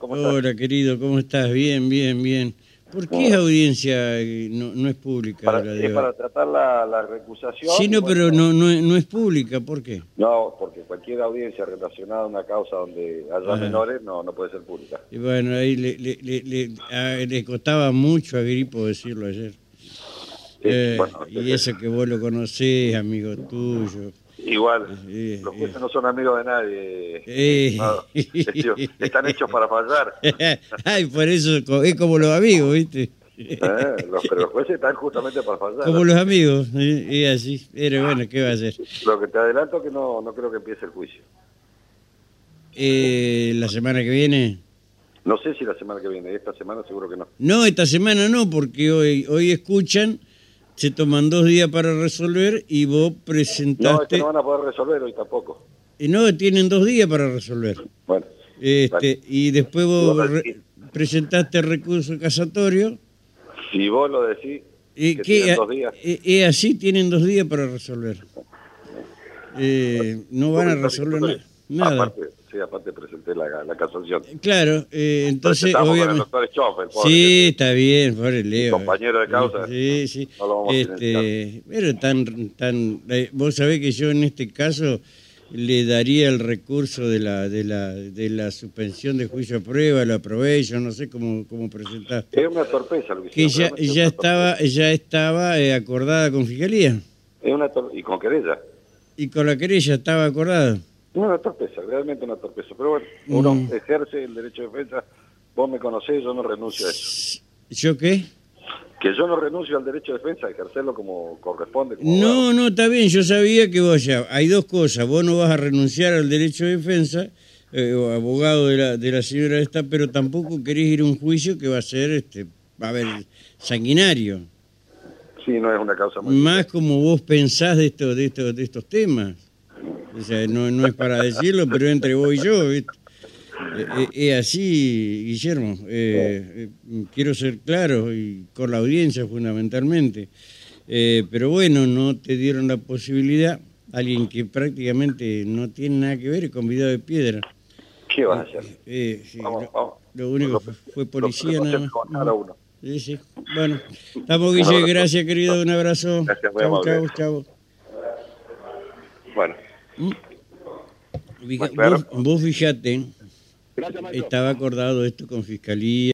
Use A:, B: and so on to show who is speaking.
A: ¿Cómo estás?
B: Hola, querido, ¿cómo estás? Bien, bien, bien. ¿Por qué es audiencia eh, no, no es pública
A: Para-
B: la de
A: es
B: hoy?
A: para tratar la, la recusación.
B: Sí, no,
A: Bueno,
B: pero no, no, es- no es pública, ¿por qué?
A: No, porque cualquier audiencia relacionada a una causa donde haya menores no, no puede ser pública.
B: Y bueno, ahí le, le, le, le- a- le costaba mucho a Gripo decirlo ayer. Eh,
A: bueno,
B: y eso que vos lo conocés, amigo tuyo.
A: Igual,
B: Eh,
A: los
B: eh.
A: jueces no son amigos de nadie.
B: Eh.
A: estimado. Estio- Están hechos para fallar.
B: Ay, por eso co- es como los amigos, ¿viste?
A: Eh, Los, pero los jueces están justamente para fallar.
B: Como los amigos, eh, es así. Pero bueno, ¿qué va a hacer?
A: Lo que te adelanto es que no, no creo que empiece el juicio.
B: Eh, la semana que viene.
A: No sé si la semana que viene, esta semana seguro que no.
B: No, esta semana no, porque hoy, hoy escuchan, se toman dos días para resolver y vos
A: No, esto
B: presentaste.
A: no van a poder resolver hoy tampoco.
B: Y no, tienen dos días para resolver.
A: Bueno,
B: Este,
A: Vale.
B: Y después vos
A: Vos
B: re-
A: decís.
B: presentaste recurso casatorio.
A: si vos lo decís,
B: Y
A: que
B: que,
A: tienen dos días.
B: eh, eh, así tienen dos días para resolver. Eh, no van a resolver na- nada.
A: Aparte, sí, aparte presenté la, la casación.
B: Claro, eh, entonces
A: Presentamos con el
B: obviamente...
A: doctor Schoff, el pobre.
B: Sí, está bien, pobre Leo.
A: compañero de causa.
B: Sí, sí.
A: No lo vamos a
B: este, pero tan, tan, eh, vos sabés que yo en este caso le daría el recurso de la, de la, de la suspensión de juicio a prueba, la probation, no sé cómo, cómo presentaste.
A: Es una torpeza lo que
B: Que ya,
A: hicieron, realmente
B: ya
A: es una torpeza.
B: estaba, ya estaba eh, acordada con Fiscalía
A: Es una tor- y con querella.
B: y con la querella estaba acordada.
A: Es una torpeza, realmente una torpeza. Pero bueno, uno
B: Mm.
A: ejerce el derecho de defensa. Vos me conocés, yo no renuncio a eso.
B: ¿Yo qué?
A: Que yo no renuncio al derecho de defensa, ejercerlo como corresponde. como abogado.
B: No, no, está bien, yo sabía que vos ya... Hay dos cosas, vos no vas a renunciar al derecho de defensa, eh, o abogado de la, de la señora esta, pero tampoco querés ir a un juicio que va a ser, este, va a ver, sanguinario.
A: Sí, no es una causa muy...
B: Más como vos pensás de, esto, de, esto, de estos temas. O sea, no, no es para decirlo, pero entre vos y yo, ¿viste? Eh, eh, Es así, Guillermo. Eh, eh, quiero ser claro, y con la audiencia fundamentalmente. Eh, pero bueno, no te dieron la posibilidad. Alguien que prácticamente no tiene nada que ver con vida de piedra.
A: ¿Qué vas a hacer?
B: Eh, sí,
A: Vamos,
B: lo,
A: vamos.
B: lo único fue, fue policía nada más.
A: Cada uno.
B: Sí, sí. Bueno, estamos, Guille.
A: abrazo.
B: Gracias, querido. Un abrazo.
A: Gracias, muy
B: chau, chau,
A: amable.
B: chau.
A: Bueno.
B: Fija-
A: Bueno, claro.
B: vos, vos fijate, estaba acordado esto con Fiscalía.